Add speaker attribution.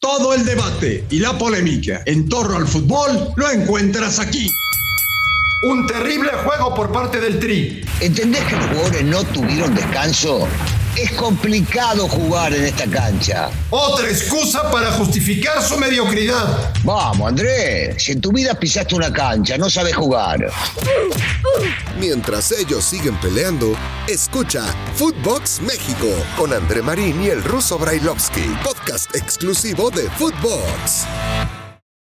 Speaker 1: Todo el debate y la polémica en torno al fútbol lo encuentras aquí.
Speaker 2: Un terrible juego por parte del Tri.
Speaker 3: ¿Entendés que los jugadores no tuvieron descanso? Es complicado jugar en esta cancha.
Speaker 2: Otra excusa para justificar su mediocridad.
Speaker 3: Vamos, Andrés, si en tu vida pisaste una cancha, no sabes jugar.
Speaker 4: Mientras ellos siguen peleando, escucha Footbox México con André Marín y el ruso Brailovsky, podcast exclusivo de Footbox.